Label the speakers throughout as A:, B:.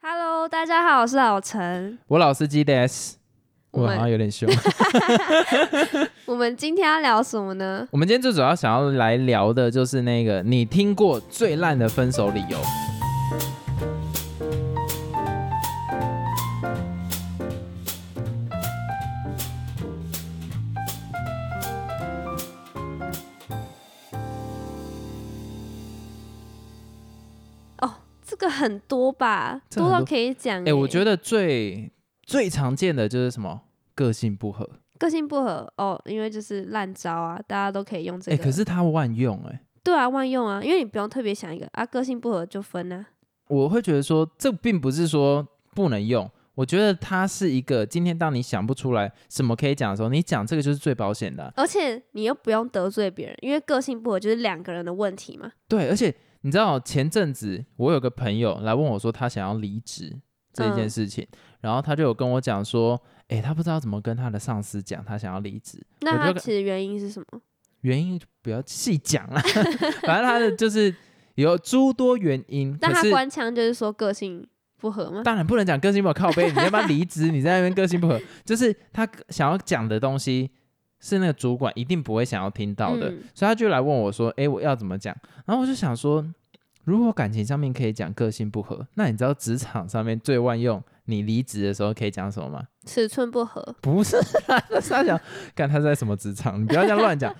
A: Hello，大家好，我是老陈。
B: 我老司机 des，我
A: 我
B: 好
A: 们
B: 像有点 凶。
A: 我们今天要聊什么呢？
B: 我们今天最主要想要来聊的就是那个你听过最烂的分手理由。
A: 哦这个很多吧，
B: 这很
A: 多
B: 多
A: 到可以讲、
B: 哎、
A: 欸
B: 我觉得最最常见的就是什么个性不合。
A: 个性不合哦，因为就是烂招啊，大家都可以用这
B: 哎、
A: 个。
B: 可是他万用哎、
A: 对啊，万用啊，因为你不用特别想一个啊，个性不合就分啊。
B: 我会觉得说这并不是说不能用，我觉得它是一个今天当你想不出来什么可以讲的时候，你讲这个就是最保险的啊、
A: 而且你又不用得罪别人，因为个性不合就是两个人的问题嘛。
B: 对，而且你知道前阵子我有个朋友来问我说他想要离职这一件
A: 嗯
B: 事情，然后他就有跟我讲说，诶，他不知道怎么跟他的上司讲他想要离职，
A: 那
B: 我
A: 他
B: 就
A: 其实原因是什么？
B: 原因不要细讲了， 反正他的就是有诸多原因，
A: 但
B: 可
A: 他
B: 是
A: 官腔就是说个性不合 吗？
B: 当然不能讲个性不合靠背，你要不要离职？你在那边个性不合， 就是他想要讲的东西是那个主管一定不会想要听到的，
A: 嗯
B: 所以他就来问我说：“诶，我要怎么讲？”然后我就想说，如果感情上面可以讲个性不合，那你知道职场上面最万用你离职的时候可以讲什么吗？
A: 尺寸不合，
B: 不是啊，那 是他想干他在什么职场？你不要这样乱讲，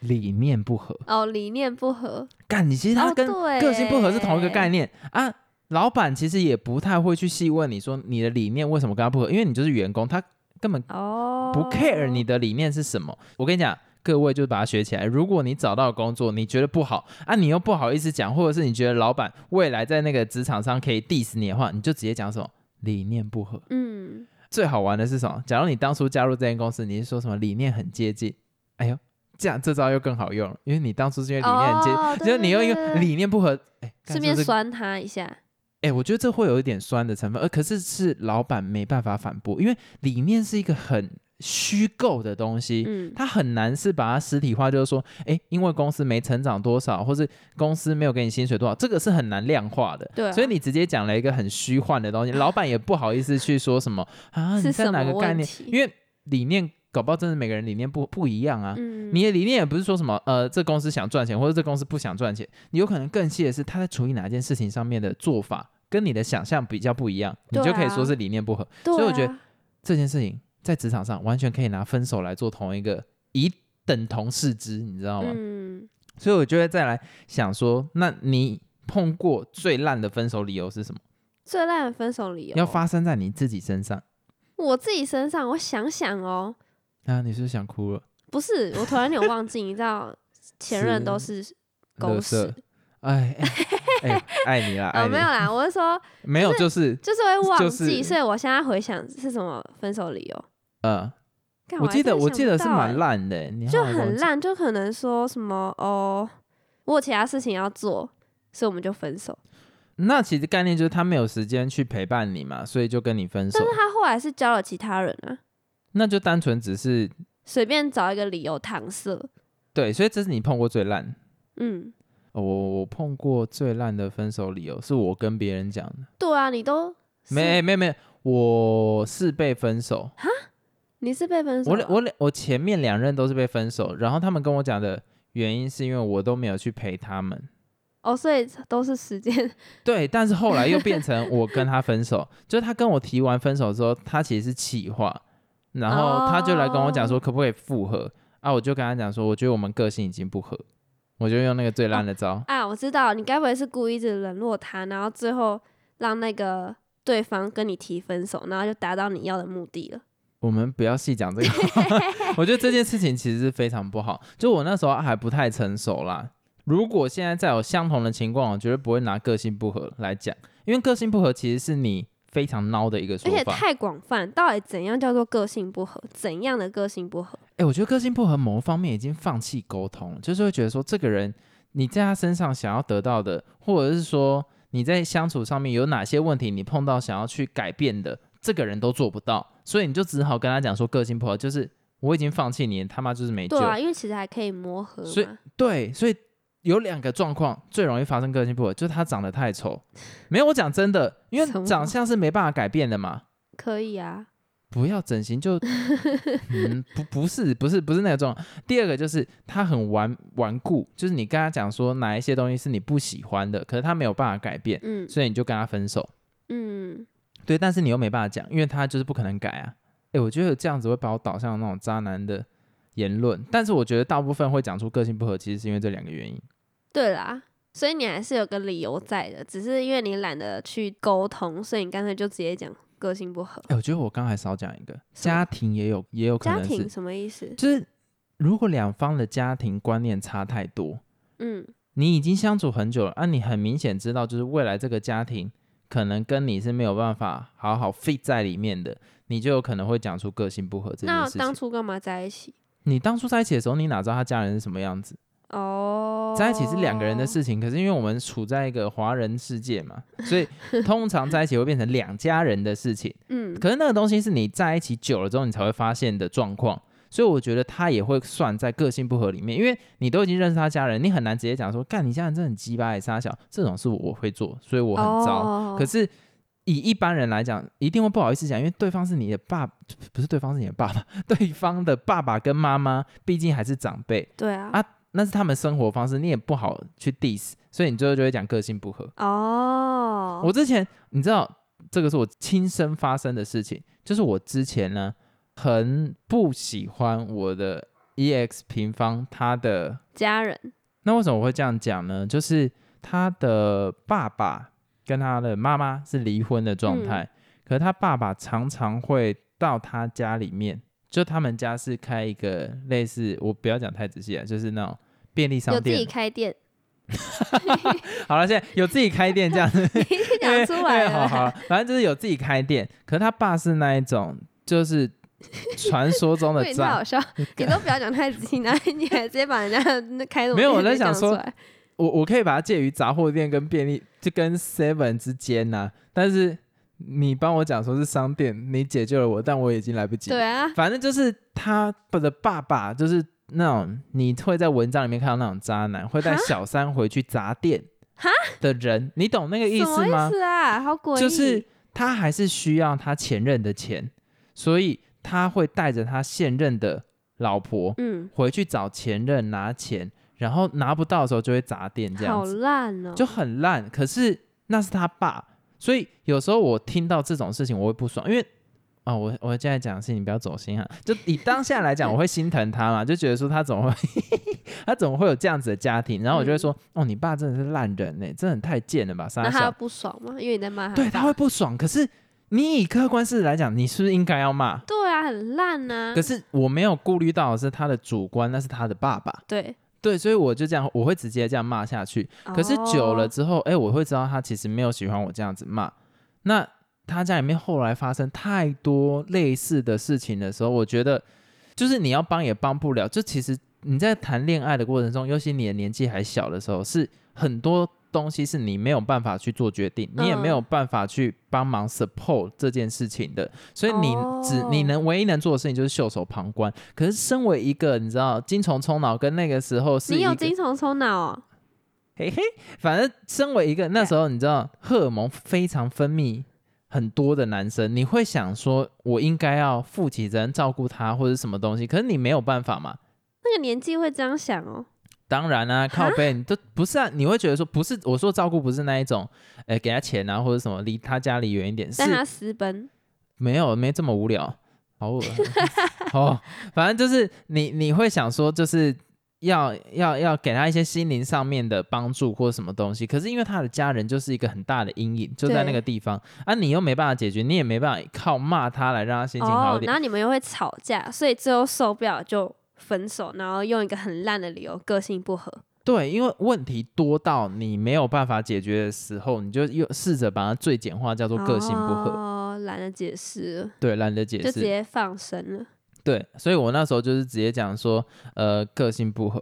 B: 理念不合。
A: 哦，理念不合，
B: 干，你其实他
A: 哦，
B: 跟
A: 对，
B: 个性不合是同一个概。念啊。老板其实也不太会去细问你说你的理念为什么跟他不合，因为你就是员工，他根本
A: 哦，
B: 不 care 你的理念是什么。我跟你讲，各位就把它学起来。如果你找到工作，你觉得不好啊，你又不好意思讲，或者是你觉得老板未来在那个职场上可以 diss 你的话，你就直接讲什么理念不合。
A: 嗯，
B: 最好玩的是什么？假如你当初加入这间公司，你是说什么理念很接近？哎呦，这样这招又更好用了，因为你当初是因为理念很接近。
A: 哦对
B: 就是你用
A: 对
B: 一个
A: 对对
B: 理念不合，哎，干
A: 顺便
B: 是不是
A: 酸他一下，
B: 哎、我觉得这会有一点酸的成分，呃，可是是老板没办法反驳，因为理念是一个很虚构的东西，
A: 嗯，
B: 它很难是把它实体化，就是说，哎、因为公司没成长多少，或是公司没有给你薪水多少，这个是很难量化的。
A: 对啊
B: 所以你直接讲了一个很虚幻的 东西，老板也不好意思去说什么啊，
A: 是
B: 你在
A: 什
B: 哪
A: 么
B: 个概
A: 问
B: 念？
A: 题
B: 因为理念搞不好真的每个人理念不不一样啊。
A: 嗯，
B: 你的理念也不是说什么，呃，这公司想赚钱，或者这公司不想赚钱，你有可能更细的是他在处理哪件事情上面的做法跟你的想象比较不一样，你
A: 对
B: 就可以
A: 啊
B: 说是理念不合。
A: 对啊，
B: 所以我觉得这件事情在职场上完全可以拿分手来做同一个以等同视之，你知道吗？
A: 嗯，
B: 所以我就会再来想说，那你碰过最烂的分手理由是什么？
A: 最烂的分手理由
B: 要发生在你自己身上
A: 我自己身上，我想想哦，
B: 啊？你是不是想哭了？
A: 不是，我突然有点忘记，你知 道前任都是哦狗
B: 垃
A: 屎
B: 圾，哎哎哎，爱你啦， 爱
A: 啊，
B: 你
A: 没有啦，我是说
B: 没有就是
A: 就是会忘
B: 就
A: 记，
B: 是
A: 所以我现在回想是什么分手理由。
B: 呃。
A: 干
B: 我记得我记得是蛮，
A: 还真的想不到欸
B: 烂的欸，你
A: 就
B: 好好跟我
A: 很
B: 讲。
A: 烂，就可能说什么哦，我有其他事情要做，所以我们就分手。
B: 那其实概念就是他没有时间去陪伴你嘛，所以就跟你分手
A: 但。是他后来是交了其他人啊，
B: 那就单纯只是
A: 随便找一个理由搪塞。
B: 对，所以这是你碰过最烂。
A: 嗯，
B: 哦我我碰过最烂的分手理由是我跟别人讲的，
A: 对啊，你都是
B: 没没没，我是被分 手。
A: 你是被分手
B: 我
A: 了，
B: 两我两我前面两任都是被分手，然后他们跟我讲的原因是因为我都没有去陪他们。
A: 哦，所以都是时间
B: 对，但是后来又变成我跟他分手，就是他跟我提完分手之后，他其实是气话，然后他就来跟我讲
A: 哦
B: 说可不可以复合、啊？我就跟他讲说，我觉得我们个性已经不合，我就用那个最烂的招，
A: 啊，我知道你该不会是故意一直冷落他，然后最后让那个对方跟你提分手，然后就达到你要的目的了。
B: 我们不要细讲这个， 我觉得这件事情其实是非常不好，就我那时候还不太成熟啦。如果现在再有相同的情况，我绝对不会拿个性不合来讲，因为个性不合其实是你非常孬的一个
A: 而
B: 说
A: 且
B: 法。
A: 太广泛，到底怎样叫做个性不合？怎样的个性不合？
B: 哎、我觉得个性不合某方面已经放弃沟通了，就是会觉得说这个人你在他身上想要得到的，或者是说你在相处上面有哪些问题你碰到想要去改变的，这个人都做不到，所以你就只好跟他讲说个性不合，
A: 啊
B: 就是我已经放弃你，他妈就是没救。
A: 对啊，因为其实还可以磨合
B: 所以
A: 嘛。
B: 对所以有两个状况最容易发生个性不合，就是他长得太丑。没有，我讲真的，因
A: 什么
B: 为长相是没办法改变的嘛。
A: 可以啊，
B: 不要整形就， 嗯，不不是不是不是那个状况。第二个就是他很顽顽固，就是你跟他讲说哪一些东西是你不喜欢的，可是他没有办法改变，
A: 嗯
B: 所以你就跟他分手。
A: 嗯，
B: 对，但是你又没办法讲，因为他就是不可能改啊。诶，我觉得这样子会把我导向那种渣男的言论，但是我觉得大部分会讲出个性不合，其实是因为这两个原因。
A: 对啦，所以你还是有个理由在的，只是因为你懒得去沟通，所以你干脆就直接讲个性不合。
B: 诶，我觉得我刚才少讲一个，
A: 什么
B: 家庭也有也有可
A: 家
B: 能
A: 庭
B: 是，
A: 什么意思？
B: 就是如果两方的家庭观念差太多，
A: 嗯，
B: 你已经相处很久了，啊，你很明显知道，就是未来这个家庭可能跟你是没有办法好好 fit 在里面的，你就有可能会讲出个性不合这件
A: 那
B: 事情。
A: 当初干嘛在一起？
B: 你当初在一起的时候，你哪知道他家人是什么样子？
A: 哦，
B: 在一起是两个人的，事情，可是因为我们处在一个华人世界嘛，所以通常在一起会变成两家人的事情。
A: 嗯，
B: 可是那个东西是你在一起久了之后，你才会发现的状况。所以我觉得他也会算在个性不合里面，因为你都已经认识他家人，你很难直接讲说，干你家人真的很鸡巴、欸、傻小，这种事我会做，所以我很糟。
A: 哦、
B: 可是以一般人来讲，一定会不好意思讲，因为对方是你的爸， 不是对方是你的爸爸，对方的爸爸跟妈妈，毕竟还是长辈，
A: 对啊，
B: 啊那是他们生活方式，你也不好去 diss，所以你最后就会讲个性不合。
A: 哦，
B: 啊我之前你知道，这个是我亲身发生的事情，就是我之前呢很不喜欢我的 EX 平方他的，
A: 家人，
B: 那为什么我会这样讲呢？就是他的爸爸跟他的妈妈是离婚的
A: 嗯
B: 状态，可是他爸爸常常会到他家里面，就他们家是开一个类似，我不要讲太仔细啊，就是那种便利
A: 有
B: 商
A: 自己
B: 店。
A: 开店，
B: 好了，现在有自己开店这样子，
A: 你讲出来
B: 对，哎好
A: 了，
B: 好，反正就是有自己开店。可是他爸是那一种，就是传说 中的
A: 对，太
B: 渣
A: 好。笑，你都不要讲太仔细，然后你还直接把人家的那开的
B: 没有我在
A: 讲
B: 想
A: 出
B: 说
A: 来，
B: 我我可以把它介于杂货店跟便利，就跟 Seven 之间呐、但是你帮我讲说是商店，你解救了我，但我已经来不及了。
A: 对啊，
B: 反正就是他的爸爸，就是那种你会在文章里面看到那种渣男，会带
A: 哈
B: 小三回去砸店
A: 哈
B: 的人，你懂那个意
A: 什
B: 思
A: 么
B: 吗？
A: 意思啊？好诡异，
B: 就是他还是需要他前任的钱，所以他会带着他现任的老婆
A: 嗯，
B: 回去找前任拿钱，然后拿不到的时候就会砸店，这样
A: 好
B: 子
A: 烂哦，
B: 就很烂。可是那是他爸，所以有时候我听到这种事情我会不爽，因为。啊、我我现在讲的事情不要走心啊！就以当下来 讲，我会心疼他嘛，就觉得说他怎么会， 他怎么会有这样子的家庭？然后我就会说，哦，你爸真的是烂人呢、欸真的很太贱了吧，傻
A: 嗯那
B: 小
A: 他不爽吗？因为你在骂他，
B: 对，他会，不爽。可是你以客观事实来讲，你是不是应该要骂？
A: 对啊，很烂呐
B: 可，是我没有顾虑到的是他的主观，那是他的爸爸。
A: 对，
B: 对，所以我就这样，我会直接这样骂下去。可是久了
A: 哦，
B: 之后，哎、我会知道他其实没有喜欢我这样子骂。那他家里面后来发生太多类似的事情的时候，我觉得就是你要帮也帮不了。就其实你在谈恋爱的过程中，尤其你的年纪还小的时候，是很多东西是你没有办法去做决定，你也没有
A: 嗯
B: 办法去帮忙 support 这件事情的。所以你只你
A: 哦
B: 能唯一能做的事情就是袖手旁观。可是身为一个你知道精虫充脑，跟那个时候是
A: 你
B: 一
A: 有
B: 个
A: 精虫充脑哦，
B: 嘿嘿，反正身为一个那时候你知道荷尔蒙非常分泌很多的男生，你会想说，我应该要负起责任照顾他或者什么东西，可是你没有办法嘛。
A: 那个年纪会这样想哦，
B: 当然啊，靠背你都不是啊，你会觉得说不是，我说照顾不是那一种，呃，给他钱啊或者什么，离他家里远一点，是
A: 但他私奔，
B: 没有没这么无聊，好 恶哦，反正就是你你会想说就是。要要要给他一些心灵上面的帮助或什么东西，可是因为他的家人就是一个很大的阴影，就在那
A: 对
B: 个地方啊，你又没办法解决，你也没办法靠骂他来让他心情
A: 哦
B: 好一，点
A: 然。后你们又会吵架，所以最后受不了就分手，然后用一个很烂的理由，个性不合。
B: 对，因为问题多到你没有办法解决的时候，你就又试着把它最简化，叫做个性不合。
A: 哦，懒得解释了，
B: 对，懒得解
A: 就直
B: 释。
A: 接放生了。
B: 对，所以我那时候就是直接讲说，呃，个性不合。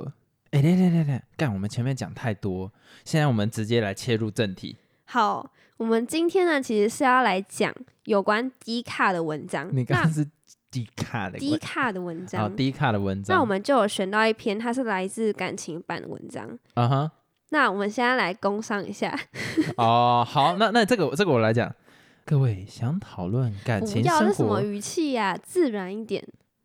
B: 哎，对对对对，干，我们前面讲太多，现在我们直接来切入正题。
A: 好，我们今天呢其实是要来讲有关低卡的文章。
B: 你刚
A: 那
B: 刚是低卡的
A: 低
B: 文
A: 卡的文
B: 好
A: 章。
B: 低卡的文章，
A: 那我们就有选到一篇，它是来自感情版的文章。
B: 啊哈，
A: 那我们现在来工商一下，
B: 哦，好，那那这个这个我来讲，各位想讨论感
A: 不
B: 情
A: 要
B: 生
A: 是什么
B: 活，
A: 语气呀、自然一点，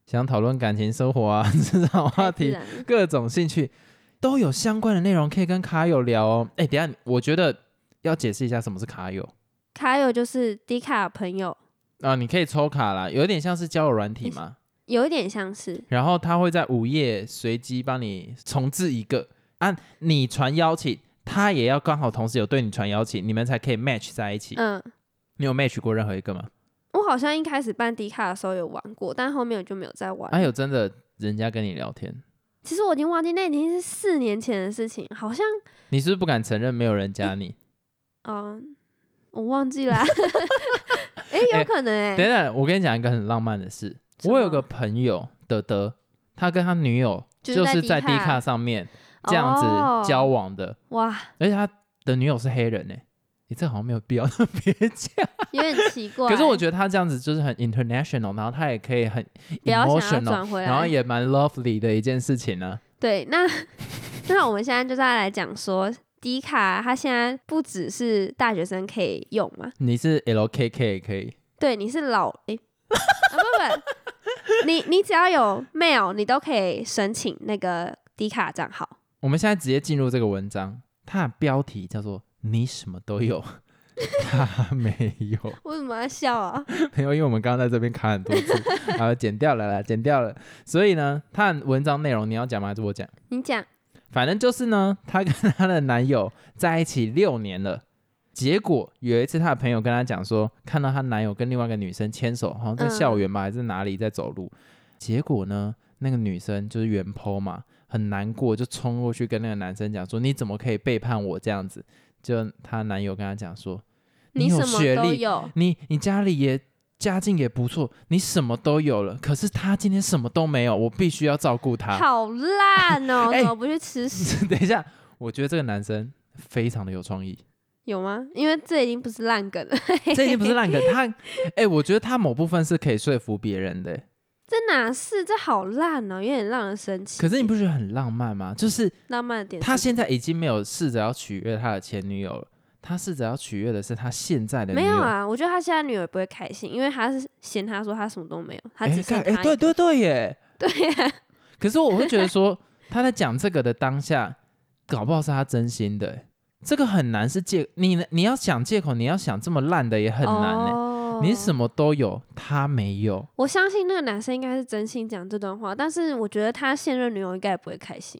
B: 想讨论感情生活啊， 这种话
A: 太自
B: 题，
A: 然了。
B: 各种兴趣都有相关的内容可以跟卡友聊哦。哎，等一下我觉得要解释一下什么是卡友
A: 卡友就是低卡朋友，
B: 啊，你可以抽卡啦，有点像是交友软体
A: 你
B: 嘛，
A: 有一点像是
B: 然后他会在午夜随机帮你重置一个，按、你传邀请，他也要刚好同时有对你传邀请，你们才可以 match 在一起。
A: 嗯。
B: 你有 match 过任何一个吗？
A: 我好像一开始办迪卡的时候有玩过，但后面我就没有再玩。
B: 哎有真的人家跟你聊天，
A: 其实我已经忘记那已经是四年前的事情，好像
B: 你是不是不敢承认没有人加你？
A: 嗯、我忘记 了、 哎、
B: 哎
A: 有可能哎、
B: 等等，我跟你讲一个很浪漫的事，
A: 什么
B: 我有个朋友德德，他跟他女友
A: 就是
B: 就
A: 在
B: 是
A: 迪
B: 在 D
A: 卡
B: 卡上面这样子交
A: 哦、
B: 往的，
A: 哇，
B: 而且他的女友是黑人呢、欸你这好像没有必要特别讲。
A: 有点奇怪。
B: 可是我觉得他这样子就是很 international，然后他也可以很
A: 不要想要
B: emotional，
A: 转回来，
B: 然后也蛮 lovely 的一件事情啊呢、
A: 对，那那我们现在就再来讲说，迪卡它现在不只是大学生可以用嘛，
B: 你是 LKK 也可以，
A: 对，你是老诶，啊不不，你你只要有 mail，你都可以申请那个迪卡账号。
B: 我们现在直接进入这个文章，它的标题叫做“你什么 都有，他没有
A: 为什么要笑啊？”，
B: 没有，因为我们刚刚在这边卡很多次，啊，剪掉了啦，剪掉了。所以呢，它的文章内容你要讲吗？还是我讲？
A: 你讲，
B: 反正就是呢，她跟她的男友在一起六年了。结果有一次，她的朋友跟她讲说，看到她男友跟另外一个女生牵手，好像在
A: 嗯
B: 校园吧，还是哪里在走路。结果呢，那个女生就是原 po 嘛，很难过，就冲过去跟那个男生讲说：“你怎么可以背叛我这样子？”就她男友跟她讲说：“你有
A: 什么
B: 学
A: 都
B: 历，
A: 有，
B: 你你家里也家境也不错，你什么都有了，可是她今天什么都没有，我必须要照顾她。”
A: 好烂哦、
B: 哎
A: 怎么不去吃屎？
B: 等一下，我觉得这个男生非常的有创 意，
A: 有吗？因为这已经不是烂梗了，
B: 这已经不是烂梗，他，哎、我觉得他某部分是可以说服别人的，
A: 这哪是？这好烂哦、有点让人生气。
B: 可是你不觉得很浪漫吗？就是
A: 浪漫的点是，
B: 他现在已经没有试着要取悦他的前女友了，他试着要取悦的是他现在的女
A: 没有
B: 友。
A: 啊？我觉得他现在女儿不会开心，因为他是嫌他说他什么都没有，他
B: 哎
A: 只
B: 看
A: 剩
B: 哎、
A: 他一
B: 对
A: 个。
B: 对对耶！
A: 对呀、
B: 可是我会觉得说，他在讲这个的当下，搞不好是他真心的耶，这个很难是借你你要想借口，你要想这么烂的也很难呢。
A: 哦
B: 你什么都有，他没有。
A: 我相信那个男生应该是真心讲这段话，但是我觉得他现任女友应该也不会开心。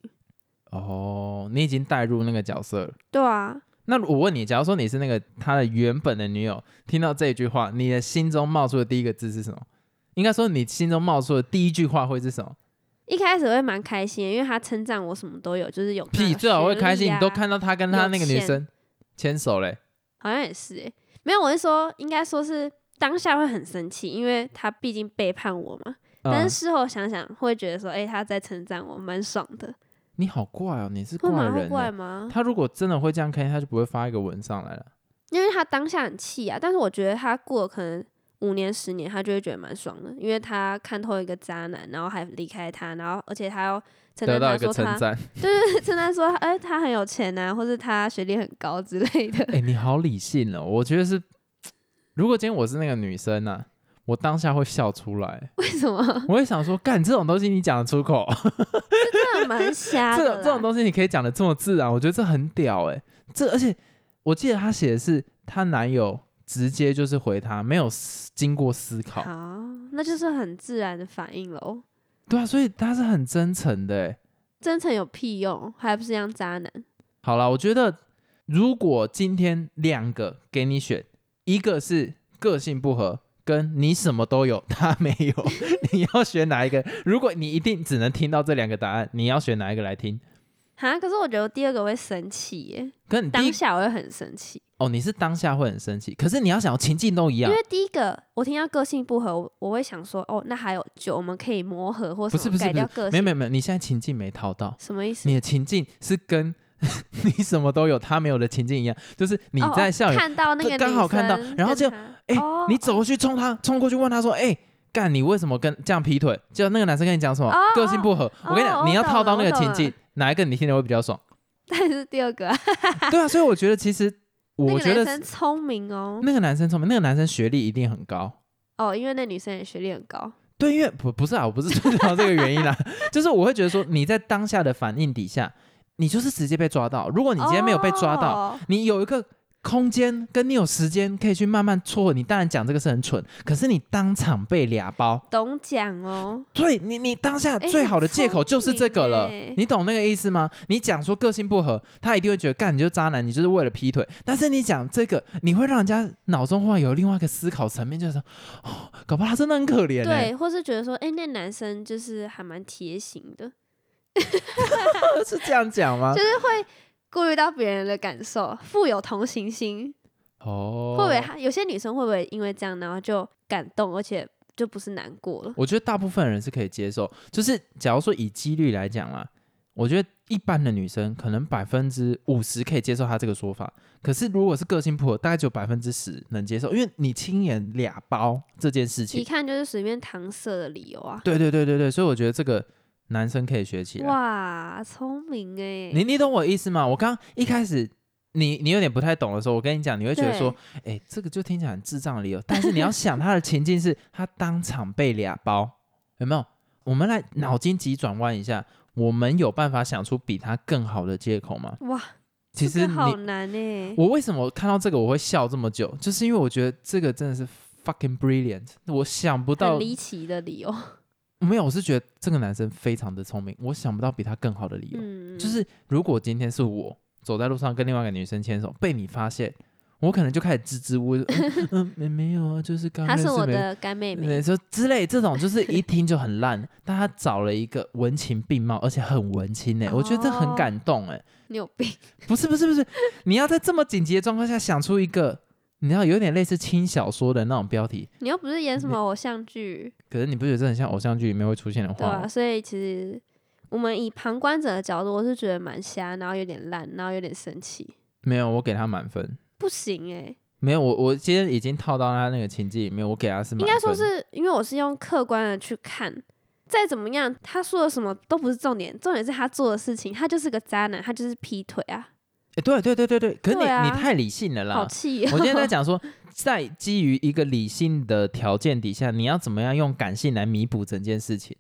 B: 哦，你已经带入那个角色了。
A: 对啊，
B: 那我问你，假如说你是那个他的原本的女友，听到这一句话，你的心中冒出的第一个字是什么？应该说你心中冒出的第一句话会是什么？
A: 一开始会蛮开心的，因为他称赞我什么都有，就是有
B: 屁，最好会开心，你都
A: 看。
B: 看到他跟他那个女
A: 有钱
B: 生牵手嘞。
A: 啊好像也是诶、没有，我是说，应该说是当下会很生气，因为他毕竟背叛我嘛。但是，
B: 嗯
A: 事后想想，会觉得说，哎、他在称赞我，蛮爽的。
B: 你好怪哦，你是
A: 会
B: 怪
A: 吗？会
B: 人
A: 怪
B: 欸。
A: 吗？
B: 他如果真的会这样开心，他就不会发一个文上来了。
A: 因为他当下很气啊，但是我觉得他过了可能五年、十年，他就会觉得蛮爽的，因为他看透一个渣男，然后还离开他，然后而且他要称
B: 得
A: 赞
B: 到
A: 他
B: 一个
A: 说
B: 称
A: 他，
B: 赞，
A: 就是称赞说，哎、他很有钱啊，或是他学历很高之类的。
B: 哎、你好理性哦。我觉得是，如果今天我是那个女生呢、啊，我当下会笑出来。
A: 为什 么？
B: 我也想说，干这种东西你讲得 出口，
A: 真的蛮瞎
B: 这
A: 的
B: 种
A: 啦。
B: 这种东西你可以讲的这么自然，我觉得这很屌哎、这而且我记得她写的是她男友直接就是回她，没有思经过思考。
A: 好，那就是很自然的反应喽。
B: 对啊，所以她是很真诚的哎、
A: 真诚有屁用，还不是一样渣男。
B: 好了，我觉得如果今天两个给你选，一个是个性不合，跟你什么都有，他没有， 你要选哪一个？如果你一定只能听到这两个答案，你要选哪一个来听？
A: 哈，可是我觉得第二个会生气耶，
B: 可是你第
A: 当
B: 一
A: 下我会很生气，
B: 哦，你是当下会很生气，可是你要想情境都一
A: 因
B: 样，
A: 为第一个我听到个性不合，我我会想说，哦，那还有救，我们可以磨合或
B: 不
A: 什
B: 是
A: 么
B: 不是
A: 改
B: 不
A: 掉
B: 是
A: 个，
B: 没有
A: 性，
B: 没有没有，你现在情境没套到，
A: 什么意思？
B: 你的情境是跟 你什么都有他没有的情境一样，就是你
A: 哦
B: 在校园，
A: 看到那个
B: 刚好看到
A: 女生
B: 然后
A: 跟
B: 就
A: 他
B: 哎
A: 哦
B: 你走过去冲他，冲过去问他说，哎、干你为什么跟这样劈腿？就那个男生跟你讲什么、
A: 哦
B: 个性不合，我跟你
A: 哦
B: 讲，
A: 我
B: 你要
A: 懂
B: 套到那
A: 了
B: 个
A: 我懂
B: 情境，哪一个你听得会比较爽？
A: 但是第二个啊，
B: 对啊，所以我觉得其实，
A: 那
B: 我觉
A: 个男生
B: 得
A: 聪明哦，
B: 那个男生聪明，那个男生学历一定很高。
A: 哦，因为那女生也学历很高，
B: 对，因为不不是啊，我不是追到这个原因 啦，就是我会觉得说你在当下的反应底下，你就是直接被抓到。如果你今天没有被抓到，
A: 哦
B: 你有一个空间跟你有时间可以去慢慢撮合。你当然讲这个是很蠢，可是你当场被俩包，
A: 懂讲哦，
B: 对你你当下
A: 哎
B: 最好的借口就是这个了
A: 很聪明哎，
B: 你懂那个意思吗？你讲说个性不合，他一定会觉得干你就是渣男，你就是为了劈腿。但是你讲这个，你会让人家脑中会有另外一个思考层面，就是说，哦，搞不好他真的很可怜、欸，
A: 对，或是觉得说，哎、那男生就是还蛮贴心的，
B: 是这样讲吗？
A: 就是会顾虑到别人的感受，富有同情心。
B: 哦，
A: 会不会他有些女生会不会因为这样，然后就感动，而且就不是难过了？
B: 我觉得大部分人是可以接受，就是假如说以几率来讲啦，我觉得一般的女生可能百分之五十可以接受他这个说法，可是如果是个性不合，大概只有百分之十能接受，因为你亲眼俩包这件事
A: 一
B: 情，
A: 看就是随便搪塞的理由啊！
B: 对对对对对，所以我觉得这个男生可以学起来。
A: 哇，聪明哎、
B: 啊你你懂我意思吗？我刚一开始。你你有点不太懂的时候，我跟你讲，你会觉得说，哎、这个就听起来很智障的理由。但是你要想他的情境是，他当场被俩包，有没有？我们来脑筋急转弯一下，我们有办法想出比他更好的借口吗？
A: 哇，
B: 其
A: 这
B: 实
A: 个
B: 你，
A: 好难哎、
B: 我为什么看到这个我会笑这么久，就是因为我觉得这个真的是 fucking brilliant，我想不到
A: 很，离奇的理由。
B: 没有，我是觉得这个男生非常的聪明，我想不到比他更好的理由。
A: 嗯，
B: 就是如果今天是我走在路上跟另外一个女生牵手，被你发现，我可能就开始支支吾 吾，嗯嗯，没没有啊，就是刚
A: 她嗯
B: 认
A: 是我
B: 识没。
A: 的干妹妹
B: 对，，说之类这种就是一听就很烂，但他找了一个文情并茂，而且很文青哎、我觉得这很
A: 哦
B: 感动哎、
A: 你有病。
B: 不是不是不是，你要在这么紧急的状况下想出一个，你知道有点类似轻小说的那种标题，
A: 你又不是演什
B: 你
A: 么偶像剧，
B: 可是你不觉得这很像偶像剧里面会出现的
A: 对
B: 话
A: 啊，
B: 吗？
A: 所以其实我们以旁观者的角度，我是觉得蛮瞎，然后有点烂，然后有点生气，
B: 没有，我给他满分。
A: 不行哎、
B: 没有，我我今天已经套到他那个情境里面，我给他是满
A: 应
B: 分。
A: 该说是因为我是用客观的去看，再怎么样，他说的什么都不是重点，重点是他做的事情，他就是个渣男，他就是劈腿啊，
B: 欸对对对对对，可是你、
A: 对啊
B: 你太理性了
A: 好
B: 啦。
A: 气、哦！
B: 我今 天在讲说，在基于一个理性的条件底下，你要怎么样用感性来弥补整件事情？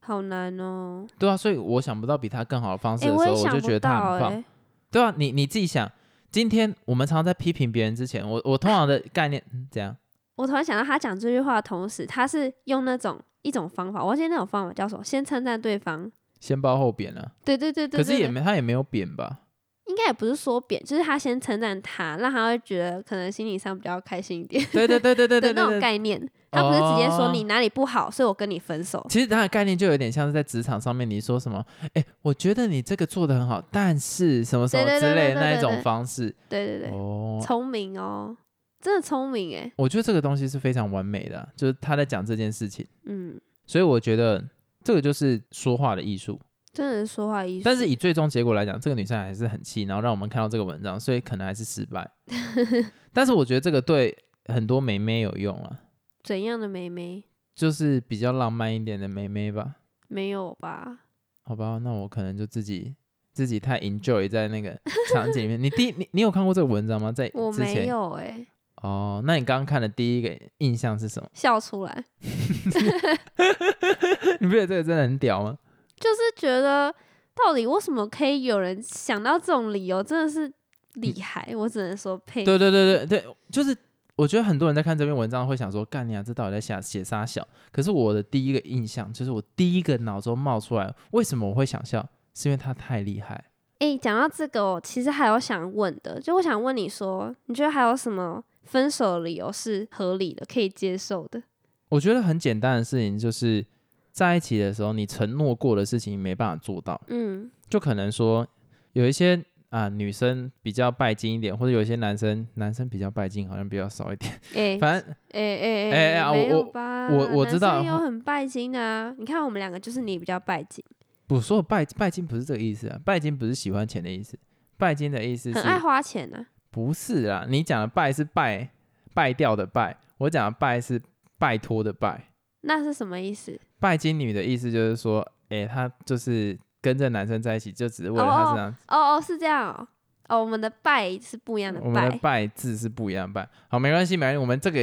A: 好难哦。
B: 对啊，所以我想不到比他更好的方式
A: 哎、
B: 的时候，
A: 我也
B: 我
A: 想
B: 就觉
A: 不
B: 得
A: 到
B: 他很
A: 哎、
B: 棒。对啊，你你自己想，今天我们常常在批评别人之前，我我通常 的概念、嗯、怎样？
A: 我突然想到，他讲这句话的同时，他是用那种一种方法，我忘记那种方法叫什么，先称赞对方，
B: 先褒后贬啊，
A: 对对对对对
B: 可是
A: 对
B: 也没他也没有贬 吧？
A: 应该也不是说贬，就是他先称赞他，让他会觉得可能心理上比较开心一点
B: 对对对对 对
A: 的
B: 对
A: 那种
B: 对对。
A: 概念。他不是直接说
B: 哦
A: 你哪里不好，所以我跟你分手。
B: 其实他的概念就有点像是在职场上面，你说什么？哎，我觉得你这个做的很好，但是什么什么
A: 对对对
B: 之类
A: 对
B: 的
A: 对
B: 那一
A: 对
B: 种
A: 对
B: 方式。
A: 对对对，
B: 哦，
A: 聪明哦，真的聪明哎。
B: 我觉得这个东西是非常完美的啊、就是他在讲这件事情，
A: 嗯，
B: 所以我觉得这个就是说话的艺术。
A: 真的是说话艺术。
B: 但是以最终结果来讲，这个女生还是很气，然后让我们看到这个文章，所以可能还是失 败。但是我觉得这个对很多妹妹有用啊，
A: 怎样的妹妹
B: 就是比较浪漫一点的妹妹吧。
A: 没有吧？
B: 好吧，那我可能就自己自己太 enjoy 在那个场景里面。你第你你有看过这个文章吗？在
A: 我
B: 之
A: 没
B: 前
A: 有哎，
B: 哦，那你刚刚看的第一个印象是什么？
A: 笑出来，
B: 你不觉得这个真的很屌吗？
A: 就是觉得到底为什么可以有人想到这种理由，真的是厉害，我只能说佩服。
B: 嗯对对对对对，就是我觉得很多人在看这篇文章会想说，干你啊，这到底在写写啥小？可是我的第一个印象就是我第一个脑中冒出来，为什么我会想笑？是因为他太厉害。
A: 诶，讲到这个、哦，其实还有想问的，就我想问你说，你觉得还有什么分手的理由是合理的、可以接受的？
B: 我觉得很简单的事情就是在一起的时候，你承诺过的事情没办法做到，
A: 嗯，
B: 就可能说有一些啊、女生比较拜金一点，或者有一些男生男生比较拜金好像比较少一点，
A: 诶
B: 反正
A: 诶诶
B: 哎哎啊
A: 没有
B: 我
A: 吧？
B: 我我知道
A: 男生也有很拜金的啊。你看我们两个，就是你比较拜金，
B: 我说的拜拜金不是这个意思啊，拜金不是喜欢钱的意思，拜金的意思是
A: 很爱花钱啊。
B: 不是啊，你讲的拜是拜拜掉的拜，我讲的拜是拜托的拜。
A: 那是什么意思？
B: 拜金女的意思就是说，哎、她就是跟这男生在一起，就只是为了他这样。
A: 哦哦，是这样哦。哦，我们的拜是不一样的
B: 我们的
A: 拜。
B: 拜字是不一样的拜。好，没关系，没关系，我们这个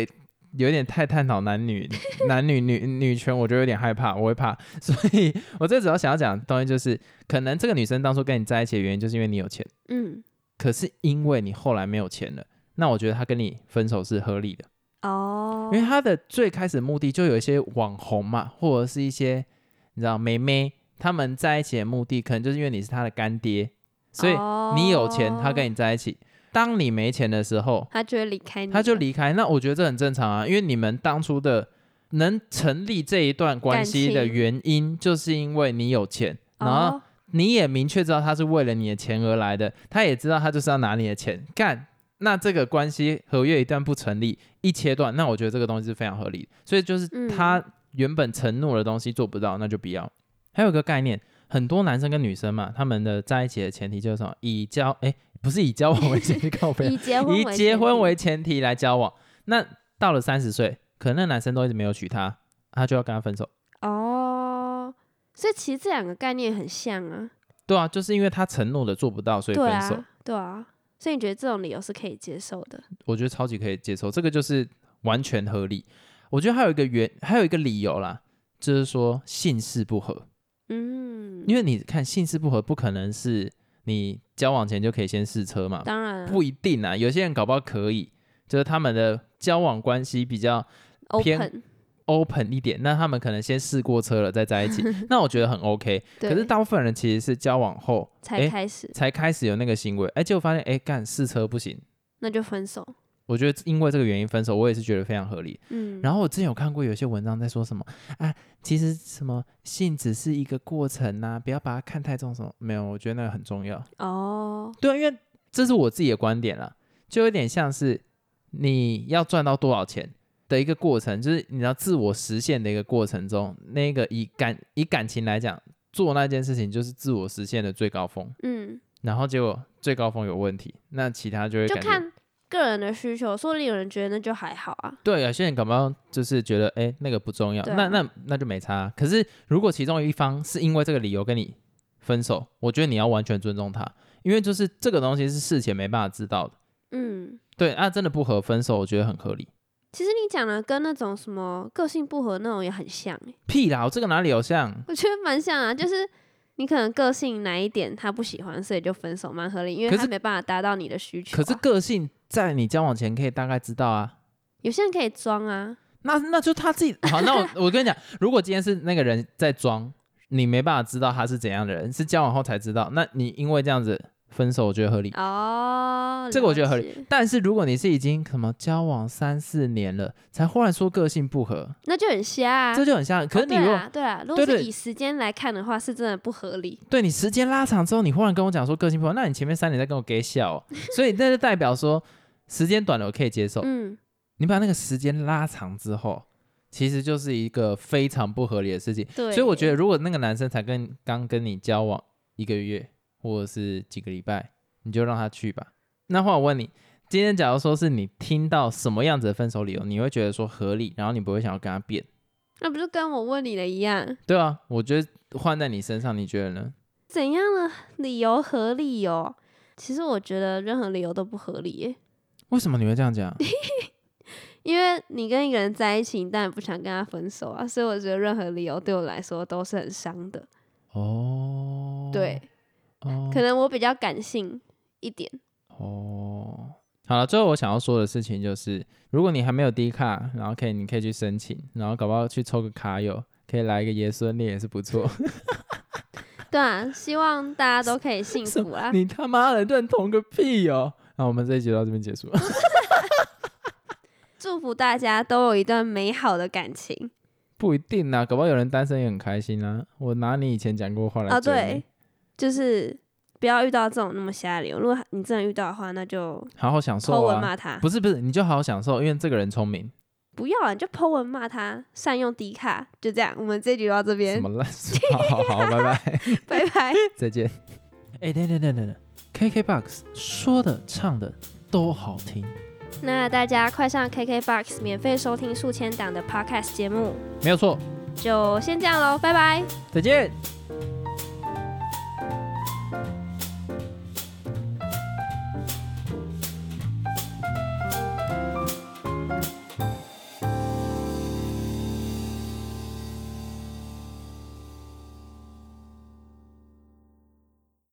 B: 有点太探讨男女男女女女权，我就有点害怕，我会怕。所以我最主要想要讲的东西就是，可能这个女生当初跟你在一起的原因，就是因为你有钱，
A: 嗯，
B: 可是因为你后来没有钱了，那我觉得她跟你分手是合理的。
A: 哦
B: 因，为他的最开始目的就有一些网红嘛，或者是一些你知道妹妹，他们在一起的目的可能就是因为你是他的干爹，所以你有钱，他跟
A: 你，
B: 你在一起；当你没钱的时候，
A: 哦他就会离开你，
B: 他就。离开。那我觉得这很正常啊，因为你们当初的能成立这一段关系的
A: 感情
B: 原因，就是因为你有钱，然后
A: 哦，
B: 你也明确知道他是为了你的钱而来的，他也知道他就是要拿你的钱干。那这个关系合约一旦不成立，一切断，那我觉得这个东西是非常合理的。所以就是
A: 嗯
B: 他原本承诺的东西做不到，那就不要。还有一个概念，很多男生跟女生嘛，他们的在一起的前提就是什么？以交哎、不是以交往为 前提，靠背，啊
A: 以结婚
B: 以结婚
A: 前提
B: 为前提来交往。那到了三十岁，可能那男生都一直没有娶她，她就要跟他分手。
A: 哦，所以其实这两个概念很像啊。
B: 对啊，就是因为他承诺的做不到，所以
A: 对
B: 分手。
A: 啊，对啊。所以你觉得这种理由是可以接受的？
B: 我觉得超级可以接受，这个就是完全合理。我觉得还有一个原，还有一个理由啦，就是说姓氏不合，
A: 嗯，
B: 因为你看姓氏不合，不可能是你交往前就可以先试车嘛，
A: 当然啊
B: 不一定啊，有些人搞不好可以，就是他们的交往关系比较偏
A: open，
B: open 一点，那他们可能先试过车了再在一 起，那我觉得很 OK。
A: 对，
B: 可是大部分人其实是交往后
A: 才
B: 诶
A: 开始，
B: 才开始有那个行为，哎、结果发现哎、干试车不行，
A: 那就分手。
B: 我觉得因为这个原因分手，我也是觉得非常合理。
A: 嗯，
B: 然后我之前有看过有些文章在说什么啊，其实什么性只是一个过程呐、不要把它看太重。什么没有，我觉得那个很重要。
A: 哦，
B: 对啊，因为这是我自己的观点啦，就有点像是你要赚到多少钱的一个过程，就是你要自我实现的一个过程中，那个以感以感情来讲，做那件事情就是自我实现的最高峰。
A: 嗯，
B: 然后结果最高峰有问题，那其他就会
A: 就
B: 感觉
A: 看个人的需求，说不定有人觉得那就还好啊。
B: 对，有些人感冒就是觉得，哎、那个不重要，
A: 对啊
B: 那那那就没差啊、可是如果其中一方是因为这个理由跟你分手，我觉得你要完全尊重他，因为就是这个东西是事前没办法知道的。
A: 嗯，
B: 对啊，真的不合分手，我觉得很合理。
A: 其实你讲的跟那种什么个性不合那种也很像、欸，
B: 屁啦，我这个哪里有像？
A: 我觉得蛮像啊，就是。你可能个性哪一点他不喜欢，所以就分手，蛮合理，因为
B: 可
A: 他
B: 是
A: 没办法达到你的需求啊、
B: 可是个性在你交往前可以大概知道啊。
A: 有些人可以装啊，
B: 那那就他自己好，那我我跟你讲，如果今天是那个人在装，你没办法知道他是怎样的人，是交往后才知道。那你因为这样子分手，我觉得合理。
A: 哦，
B: 这个我觉得合
A: 了解，
B: 但是如果你是已经什么交往三四年了，才忽然说个性不合，
A: 那就很瞎、啊。
B: 这就很像。可是你
A: 哦
B: 如
A: 对
B: 果
A: 啊，对啊，如
B: 对
A: 果是
B: 对
A: 以时间来看的话，是真的不合理。
B: 对你时间拉长之后，你忽然跟我讲说个性不合，那你前面三年在跟我 给笑哦、所以那就代表说时间短了我可以接受。
A: 嗯，
B: 你把那个时间拉长之后，其实就是一个非常不合理的事情。
A: 对。
B: 所以我觉得，如果那个男生才跟刚跟你交往一个月或者是几个礼拜，你就让他去吧。那话我问你，今天假如说是你听到什么样子的分手理由，你会觉得说合理，然后你不会想要跟他变，
A: 那不是跟我问你的一样，
B: 对啊？我觉得换在你身上，你觉得呢？
A: 怎样的理由合理哦？其实我觉得任何理由都不合理耶，
B: 为什么你会这样讲？
A: 因为你跟一个人在一起，你当然不想跟他分手啊，所以我觉得任何理由对我来说都是很伤的。
B: 哦，
A: 对，
B: 哦，
A: 可能我比较感性一点。
B: 哦，好了，最后我想要说的事情就是，如果你还没有 D 卡，然后可以你可以去申请，然后搞不好去抽个卡友，可以来一个爷孙恋也是不错。
A: 对啊，希望大家都可以幸福啦。
B: 你他妈的认同个屁哦！那我们这一集到这边结束。
A: 祝福大家都有一段美好的感情
B: 不一定啦，搞不好有人单身也很开心啊。我拿你以前讲过话来
A: 啊！
B: 追
A: 对
B: 你，，
A: 就是不要遇到这种那么瞎的理由。如果你真的遇到的话，那就
B: 好好享
A: 偷
B: 受
A: 文
B: 啊。
A: 骂他，
B: 不是不是，你就好好享受，因为这个人聪明。
A: 不要啊，你就 Po 文骂他，善用迪卡，就这样。我们这局就到这
B: 什
A: 边，
B: 么烂？ 好好好，拜拜，
A: 拜拜。
B: 再见。哎、等等等等等，KKBOX 说的唱的都好听，
A: 那大家快上 KKBOX 免费收听数千档的 Podcast 节目，
B: 没有错，
A: 就先这样喽，拜拜。
B: 再见。